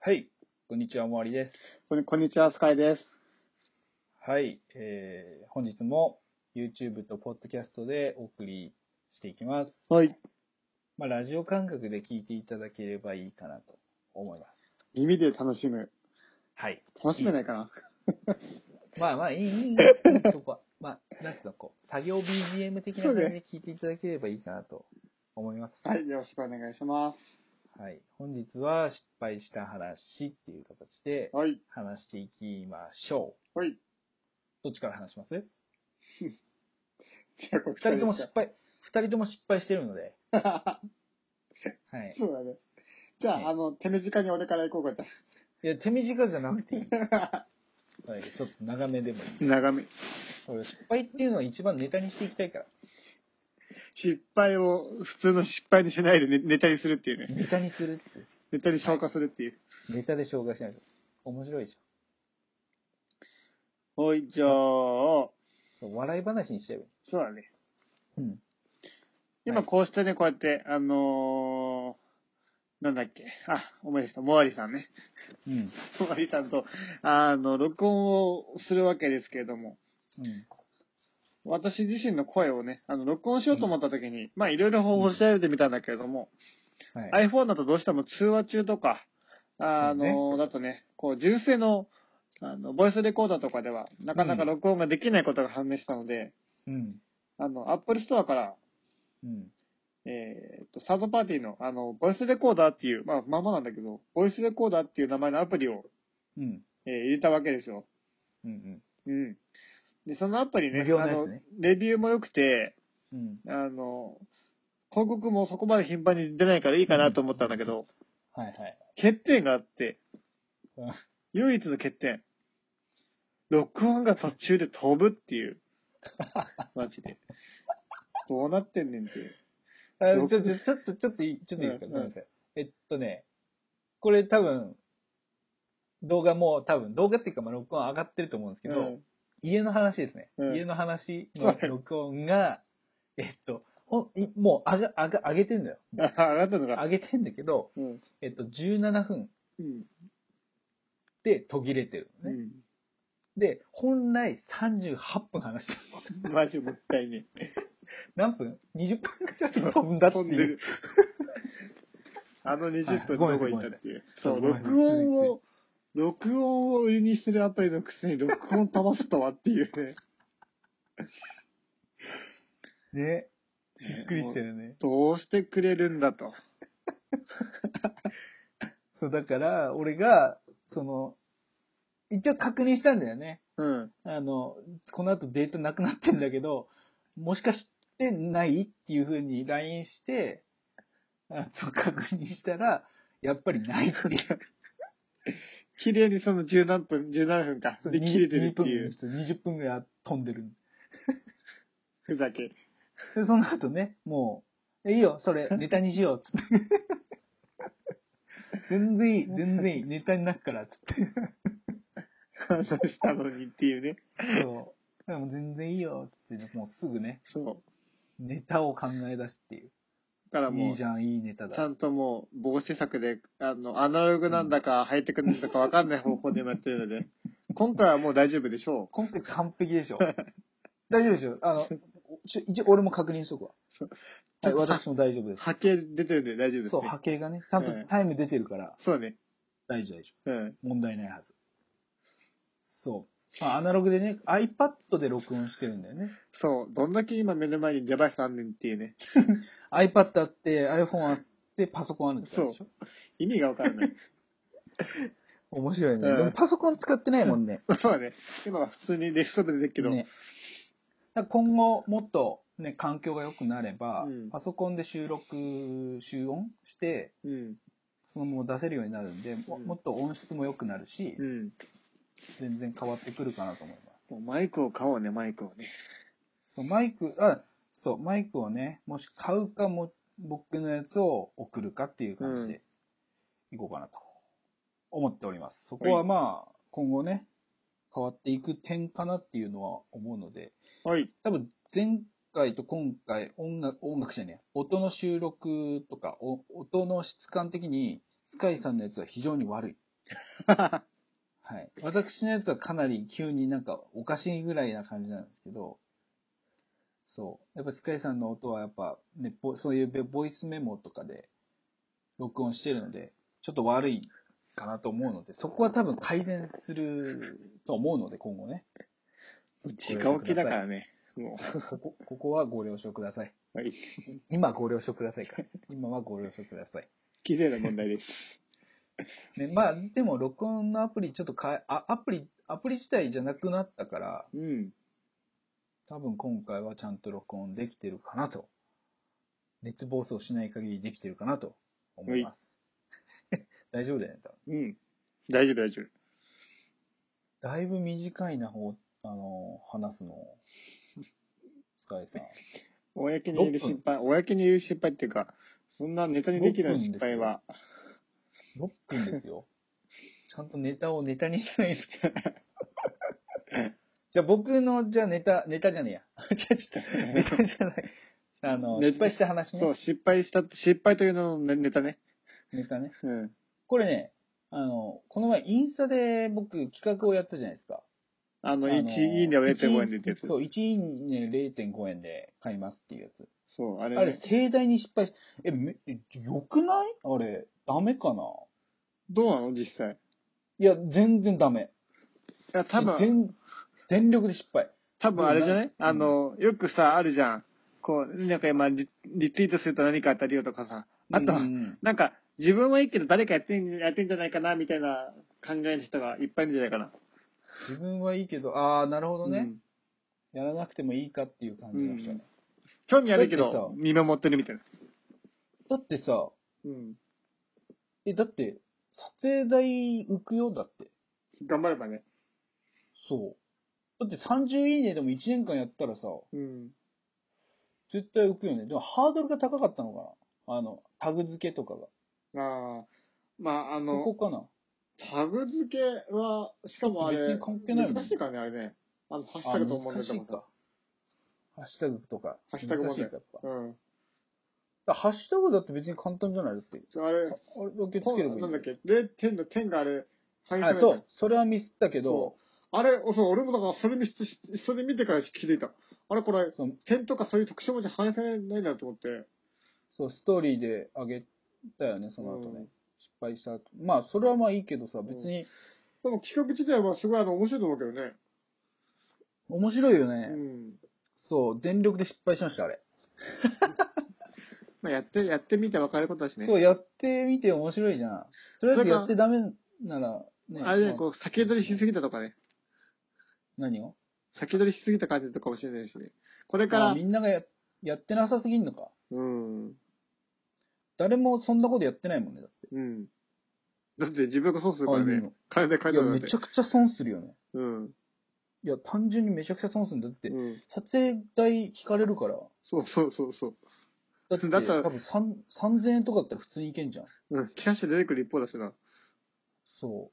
はい。こんにちは、もわりです。こんこんにちは、スカイです。はい。えー、本日も YouTube と Podcast でお送りしていきます。はい。まあ、ラジオ感覚で聞いていただければいいかなと思います。耳で楽しむ。はい。楽しめないかなまあまあ、いい、いい、いいと こは、まあ、なんつうの、こう、作業 BGM 的な感じで聞いていただければいいかなと思います。はい、よろしくお願いしま。はい。本日は失敗した話っていう形ですはい。話していきましょう。はい。どっちから話しますじゃあ、こっち二から人ともです失敗、二人とも失敗してるので。か はい。そうだね。じゃあ、ねあの、手短に俺から行こうかじいや、手短じゃなくていい。ゃ はい、ちょっと長めでもいい。あ。長め。俺失敗っていうのは一番ネタにしていきたいから。失敗を普通の失敗にしないでネネタにするっていうね。ネタにするっていう。ネタに消化するっていう。ネタで紹介しないと。面白いじはい、じゃあ、ゃそん。そう笑い話にしちゃえばいうだね。い。うん。は今いこうしてね、こうやって、あのー、なんだっけ。あ、思い出した。モアリさんね。うん。モアリさんと、あの、録音をするわけですけれども。うん。私自身の声をね、あの、録音しようと思った時に、まあ、いろいろ方法を調べてみたんだけれども、はい。 iPhone だとどうしても通話中とか、あの、だとね、こう、純正の、あの、ボイスレコーダーとかでは、なかなか録音ができないことが判明したので、うん。あの、Apple Store から、うん。えーっと、サードパーティーの、あの、ボイスレコーダーっていう、まあ、まあまあなんだけど、ボイスレコーダーっていう名前のアプリを、うん。えー入れたわけですよ。うん。うん。うん。で、そのアプリね、無料のあやつのね、レビューも良くて、うん。あの、広告もそこまで頻繁に出ないからいいかなと思ったんだけど、はいはい。欠点があってうん、唯一の欠点、録音が途中で飛ぶっ ていう、マジで。どうなってんねんっていう。あちょ、ちょ、ちょっと、ちょっといい、ちょっといいですか、うんごめんなさい。えっとね、これ多分、動画もう多分、動画っていうか、まあ、録音上がってると思うんですけど、うん家の話ですね。うん家の話の録音が、えっと、ほんいもう上が上が上げてんだよ。あ、上がったのか。上げてんだけど、うん。えっと、17分うん。で途切れてるうのね。ん。で、本来38分話してる。マジもったいねえ。何分 ?20 分くらい飛 ぶんだって飛んでいう る。。あの20分ごめどんなさこい行ったっていう。ごそう、めんなさい録音を、録音を売りにしてるアプリのくせに録音飛ばすとはっていうね。ね。びっくりしたもうよね。どうしてくれるんだと。そう、だから、俺が、その、一応確認したんだよね。うん。あの、この後データなくなってんだけど、もしかしてないっていうふうに LINE して、あの確認したら、やっぱりないっていう。綺麗にその十何分、十何分か。で、切れてるっていう、 2分20分ぐらい飛んでる。ふざけ。で、その後ね、もう、えいいよ、 それ、ネタにしよう、つって。全然いい、全然いい、ネタになるから、つって。話したのにっていうね。そう。でも全然いいよ、つって、もうすぐね、そう。ネタを考え出すっていう。だからいも、いうじちゃん、いいネタだ。ゃんともう、防止策で、あの、アナログなんだか、ハイテクなんだかわかんない方法でもやってるので、今回はもう大丈夫でしょ今回完璧 でしょ。大丈夫でしょ。あの、ちょ一応俺も確認しとくわ。う。はい、私も大丈夫で。ちょっと波形出てるんで大丈夫ですす、そう、ね。波形がね、ちゃんえとえタイム出てるからそうね。大丈夫でしょ。うん。問題ないはず。そう。まあ、アナログでね、iPad で録音してるんだよね。そう。どんだけ今目の前にデバイスあんねんっていうね。 iPad あって、iPhone あって、パソコンあるんですよ。意味がわからない。 面白いね。ええでもパソコン使ってないもんね。そうね。今は普通にデスクトップでできるけど、ね。だから今後、もっと、ね、環境が良くなれば、うんパソコンで収録、集音して、うん。そのまま出せるようになるんで、もうんもっと音質も良くなるし、うん。全然変わってくるかなと思います。もうマイクを買おうね、マイクをね。そうマイク、あ、そう、マイクをね、もし買うかも、僕のやつを送るかっていう感じで、いこうかなと思っております。そこはまあ、今後ね、変わっていく点かなっていうのは思うので、はい。多分前回と今回、音楽、音楽じゃねえや音 の収録とか、お音の質感的に、スカイさんのやつは非常に悪い。はい。私のやつはかなり急になんかおかしいぐらいな感じなんですけど、そう。やっぱスカイさんの音はやっぱ、ね、ボそういうボボイスメモとかで録音してるので、ちょっと悪いかなと思うので、そこは多分改善すると思うので、今後ね。直置きだからね。もここ、ここはご了承ください。う、はい。今ご了承ください か。今はご了承ください。綺麗な問 題です。ね、まあ、でも録音のアプリちょっと変え、あ、アプリ、アプリ自体じゃなくなったから、うん。多分今回はちゃんと録音できてるかなと。熱暴走しない限りできてるかなと思います。 大丈夫だよね、多分。うん。大丈夫、大丈夫。だいぶ短いな、ほあの、話 すの。スカイさん。公に言う失敗、公に言う失敗っていうか、そんなネタにできない失敗は、 6分ですよ。 ちゃんとネタをネタにしないですから じゃあ僕の、じゃあネタ、ネタじゃねえや。 じゃあちょっと、ネタじゃ ない。あの、ネタ失敗した話そうね。、失敗した、失敗というののネネタね。ネタね。うん。これね、あの、この前インスタで僕企画をやったじゃないですか。あの、あ1のいいねを0.5円でってや一つ。そう、そう、1インね0.5円で買いますっていうやつ。あれあれね。、盛大に失敗し、え、め、えよくないあれ、ダメかなどうなの実際。いいや、全然ダメ。や、多分、全、全力で失敗。多分あれじゃないうんあの、よくさ、あるじゃん。こう、なんか今、リリツイートすると何か当たるよとかさ。あと、うんなんか、自分はいいけど誰かやってんやってんじゃないかな、みたいな考えの人がいっぱいいるんじゃないかな。自分はいいけど、ああ、なるほどうね、んやらなくてもいいかっていう感じの人ね。興味あるけだってどさ、見守ってるみたいな。だってさ、うん。え、だって、撮影代浮くよ、だって。頑張ればね。そう。だって30いいねでも1年間やったらさ、うん。絶対浮くよね。でもハードルが高かったのかなあの、タグ付けとかが。ああ。まあ、あの、そこかなタグ付けは、しかもあ別れに、関係ないもん難しいからね、あれね。あの、ハッシュあタグと思うんだ難けしいどか。ハッシュタグとか。ハッシュタグ問難しい題か、やっぱ。だかうん。らハッシュタグだって別に簡単じゃないだって。あああれ、れだけつこければいい。なんだっけ、0点の点があれ、反映されあ、たそう。それはミスったけどそ、あれ、そう、俺もだから、それ見し、それ見てから気づいた。あれ、これ、その点とかそういう特徴文字反映されないんだと思って。そう、ストーリーであげたよね、その後うねん。失敗した後。まあ、それはまあいいけどさ、別に、でも企画自体はすごいあの面白いと思うけどね。面白いようね。ん。そう、全力で失敗しました、あれ。まあやって、やってみて分かることだしね。そう、やってみて面白いじゃん。とりあえずやってダメなら、ね。あれね、まこう、先取りしすぎたとかね。何を先取りしすぎた感じとかもしれないしね。これかあらみ、んながややってなさすぎんのか。うん。誰もそんなことやってないもんね、だって。うん。だって自分が損するからあいいねの。金で買えいたや、んだめってち。ゃくちゃ損するよね。うん。いや、単純にめちゃくちゃ損するんだ。だって、うん。撮影代引かれるから。そうそうそうそう。だって、だったら多分三3000円とかだったら普通にいけんじゃん。うん。キャッシュ出てくる一方だしな。そう。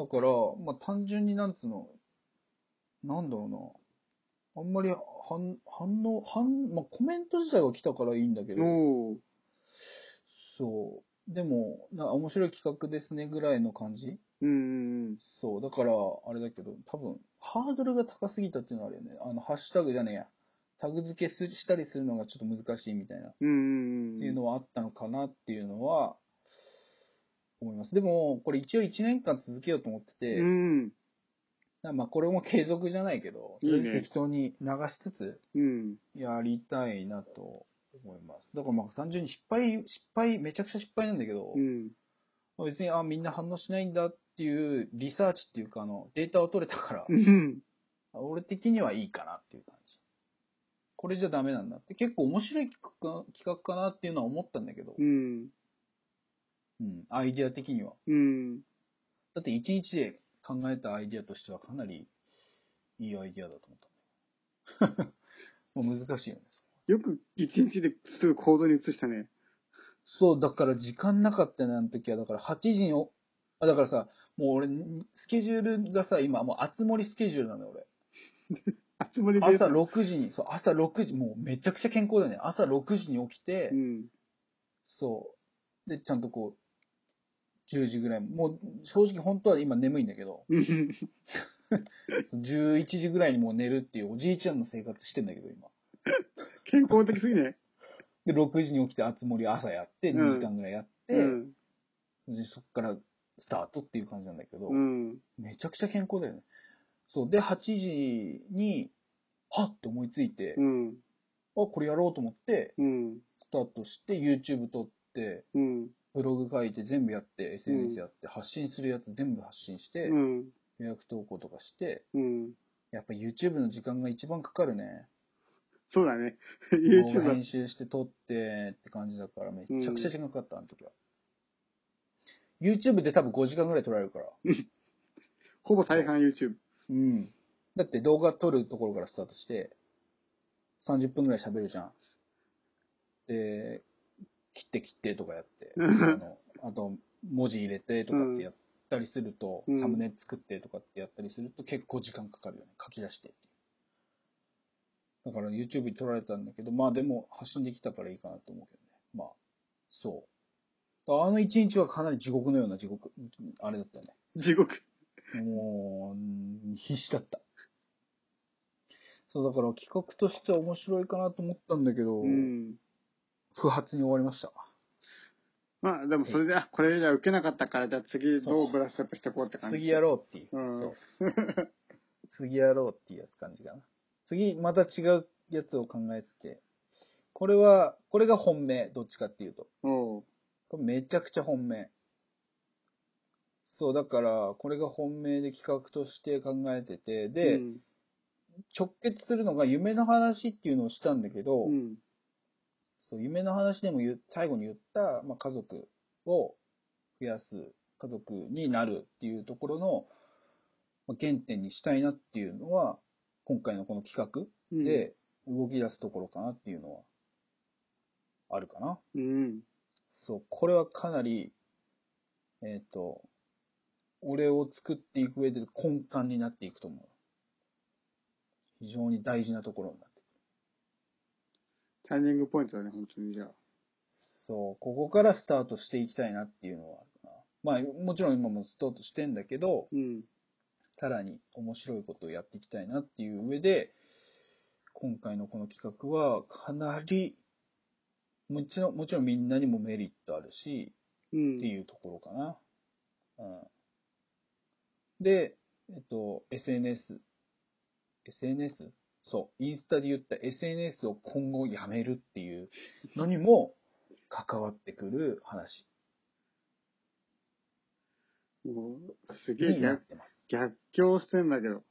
だから、まあ、単純になんつうの、なんだろうな。あんまり反、反応、反、まあ、コメント自体は来たからいいんだけど、おー。そう。でも、な面白い企画ですねぐらいの感じうんうんうん。そう。だから、あれだけど、多分、ハードルが高すぎたっていうのはあるよね。あの、ハッシュタグじゃねえや。タグ付けすしたりするのがちょっと難しいみたいな、っうんうんうん。ていうのはあったのかなっていうのは、思います。でも、これ一応1年間続けようと思ってて、うん。なまあこれも継続じゃないけど、いいねとりあえず適当に流しつつうん。やりたいなと思います。だからまあ単純に失敗、失敗、めちゃくちゃ失敗なんだけど、うん。まあ別にあみんな反応しないんだっていうリサーチっていうかあのデータを取れたから、うん。俺的にはいいかなっていう感じ。これじゃダメなんだって結構面白い企画企画かなっていうのは思ったんだけど、うん。うん、アイデア的には。うん。だって一日で考えたアイデアとしてはかなりいいアイデアだと思った。 もう難しいよね。よく一日ですぐ行動に移したね。そう、だから時間なかったね、あの時は。だから8時にお、あ、だからさ、もう俺、スケジュールがさ、今、もう熱盛スケジュールなのよ、集まり俺。朝う6時に、そう、朝6時、もうめちゃくちゃ健康だよね。朝6時に起きて、ん。そう。で、ちゃんとこう、 10時ぐらい。もう、正直本当は今眠いんだけど、うん 11時ぐらいにもう寝るっていうおじいちゃんの生活してんだけど、今。健康的すぎね。で、6時に起きて、あつ森朝やって、うん2時間ぐらいやって、うん。でそっからスタートっていう感じなんだけど、うん。めちゃくちゃ健康だよね。そう。で、8時に、はっって思いついて、うん。あ、これやろうと思って、うん。スタートして、YouTube 撮って、うん。ブログ書いて、全部やって、SNS やって、発信するやつ全部発信して、うん。予約投稿とかして、うん。やっぱ YouTube の時間が一番かかるね。そうだね。 動画 YouTube 編集して撮ってって感じだから、めちゃくちゃ時間かかった、あの時は。YouTube で多分5時間ぐらい撮られるから。ほぼ大半 YouTube。うん。だって動画撮るところからスタートして、30分ぐらい喋るじゃん。で、切って切ってとかやって、あうんのあと文字入れてとかってやったりすると、うんサムネ作ってとかってやったりすると結構時間かかるよね。書き出してっていうだから YouTube に撮られたんだけど、まあでも発信できたからいいかなと思うけどね。まあ、そう。だからあの一日はかなり地獄のような地獄、あれだったよね。地獄。もううん、必死だった。そう、だから企画としては面白いかなと思ったんだけど、うん。不発に終わりました。まあでもそれで、あ、これじゃ受けなかったから、じゃあ次どうブラッシュアップしていこうって感じ。次やろうっていう。うんそう 次やろうっていうやつ感じかな。次、また違うやつを考えて、これは、これが本命、どっちかっていうと。おう。これめちゃくちゃ本命。そう、だから、これが本命で企画として考えてて、で、うん直結するのが夢の話っていうのをしたんだけど、うん。そう夢の話でも言う最後に言った、まあ、家族を増やす家族になるっていうところのまあ原点にしたいなっていうのは今回のこの企う画、んで動き出すところかなっていうのはあるかな。うん。そうこれはかなりえっ、と俺を作っていく上で根幹になっていくと思う。非常に大事なところになってくるターニングポイントだね、本当にじゃあ。そう、ここからスタートしていきたいなっていうのはあるかな。まあ、もちろん今もスタートしてんだけど、うん。さらに面白いことをやっていきたいなっていう上で、今回のこの企画はかなり、もちろん、もちろんみんなにもメリットあるし、うん。っていうところかな。うん。で、えっと、SNS。SNS? そう、インスタで言った SNS を今後やめるっていうのにも関わってくる話もう、すげえになっ逆てます。逆境してんだけど。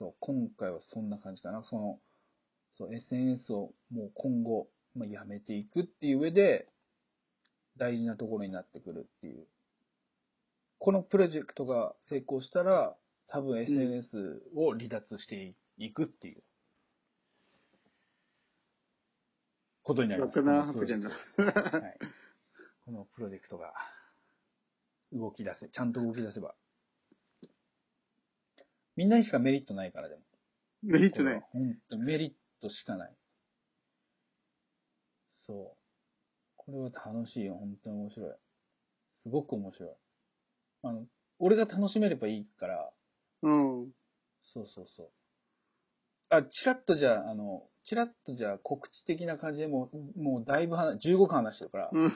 そう、今回はそんな感じかな。その、そう、SNS をもう今後、まあ、やめていくっていう上で、大事なところになってくるっていう。このプロジェクトが成功したら、多分 SNS を離脱していくっていう。ことになりろます。くな発言だ。はい、このプロジェクトが動き出せ、ちゃんと動き出せば。みんなにしかメリットないからでも。メリット ない。本当メリットしかない。そう。これは楽しいよ。本当に面白い。すごく面白い。あの、俺が楽しめればいいから、うん。そうそうそう。あ、チラッとじゃあ、あの、チラッとじゃあ告知的な感じでもう、もうだいぶ話、15分話してるから、うん。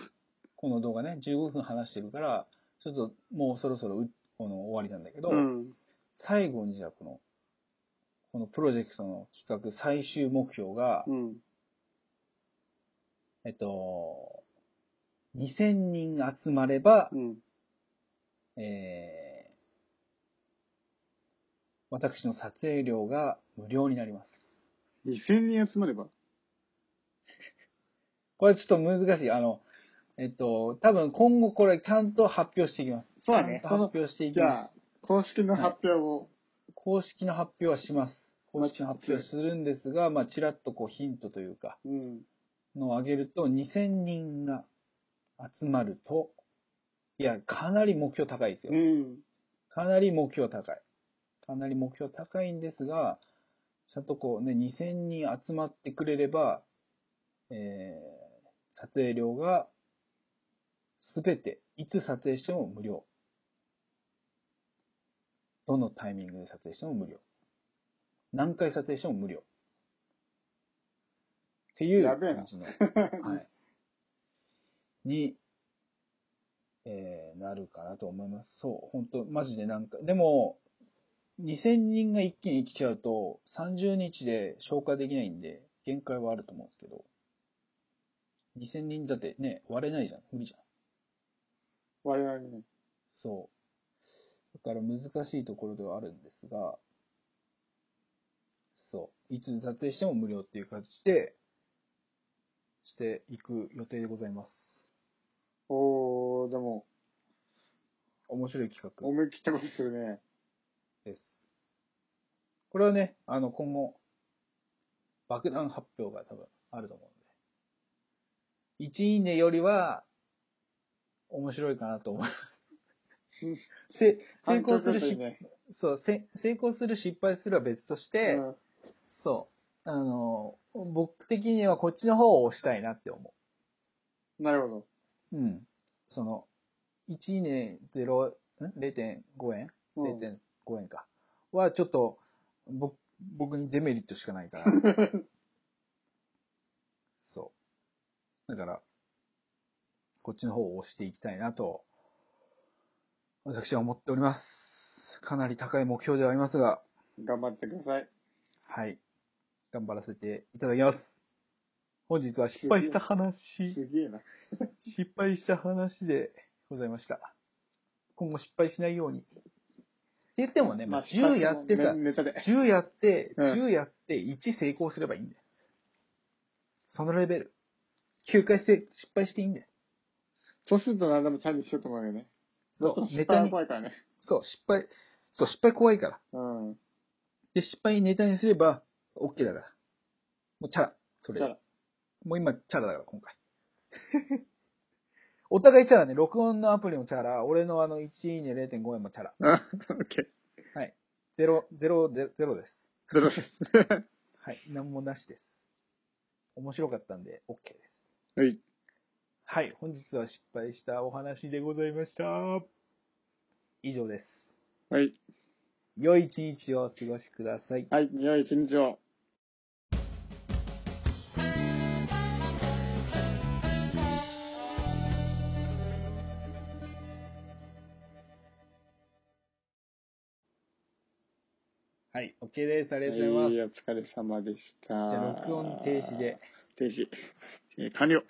この動画ね、15分話してるから、ちょっともうそろそろうこの終わりなんだけど、うん。最後にじゃあこの、このプロジェクトの企画最終目標が、うん。えっと、2000人集まれば、うん。えー、私の撮影料が無料になります。 2000人集まれば。これちょっと難しい。あの、えっと、多分今後これちゃんと発表していきます。そうだねちゃんと発表していきじますゃ。あ、公式の発表を。公式の発表はします。公式の発表はするんですが、まあ、ちらっとこうヒントというか、うん。のを挙げると、2000人が集まると、いや、かなり目標高いですうよ。ん。かなり目標高い。かなり目標高いんですが、ちゃんとこうね、2000人集まってくれれば、えー、撮影料がすべて、いつ撮影しても無料。どのタイミングで撮影しても無料。何回撮影しても無料。っていうやべえな感じの、はい。に、えーなるかなと思います。そう、本当マジでなんか、でも、2000人が一気に来ちゃうと、30日で消化できないんで、限界はあると思うんですけど、2000人だってね、割れないじゃん。無理じゃん。我々に。そう。だから難しいところではあるんですが、そう。いつ撮影しても無料っていう形で、していく予定でございます。おー、でも、面白い企画思い切ったことするね。です。これはね、あの、今後、爆弾発表が多分あると思うんで。1いいねよりは、面白いかなと思います。せ成功する反響だといしい、ね。そう、せ成功する失敗するは別として、うんそう。あの、僕的にはこっちの方を押したいなって思なるほど。う。うん。その、1年0、ん ?0.5 円うん ?0.5 円か。はちょっと、僕、僕にデメリットしかない から。そう。だから、こっちの方を押していきたいなと、私は思っております。かなり高い目標ではありますが、頑張ってください。はい。頑張らせていただきます。本日は失敗した話、すげえな。失敗した話でございました。今後失敗しないように。って言ってもね、まあ、10やってため、ネタで。 10やって、うん10やって1成功すればいいんだよ。そのレベル。9回して失敗していいんだよ。そうすると何でもチャレンジしようと思うよね。そう、ネネタタに、怖いからね。そう、失敗、そう、失敗怖いから。うん。で、失敗ネタにすれば OK だから。もうチャラ、それじでゃあ、もう今、チャラだから、今回。 お互いチャラね。録音のアプリもチャラ。俺のあの、1いいね0.5円もチャラ。あ、オッケー。ゼロ、ゼロ、ゼロゼロです。ゼロです。はい。なんもなしです。面白かったんで、OK です。はい。はい。本日は失敗したお話でございました。以上です。 はい。良い一日をお過ごしください。はい。良い一日を。はい。OK です。あありがとうございます。お疲れ様でした。じゃあ、録音停止で。停止。えー完了。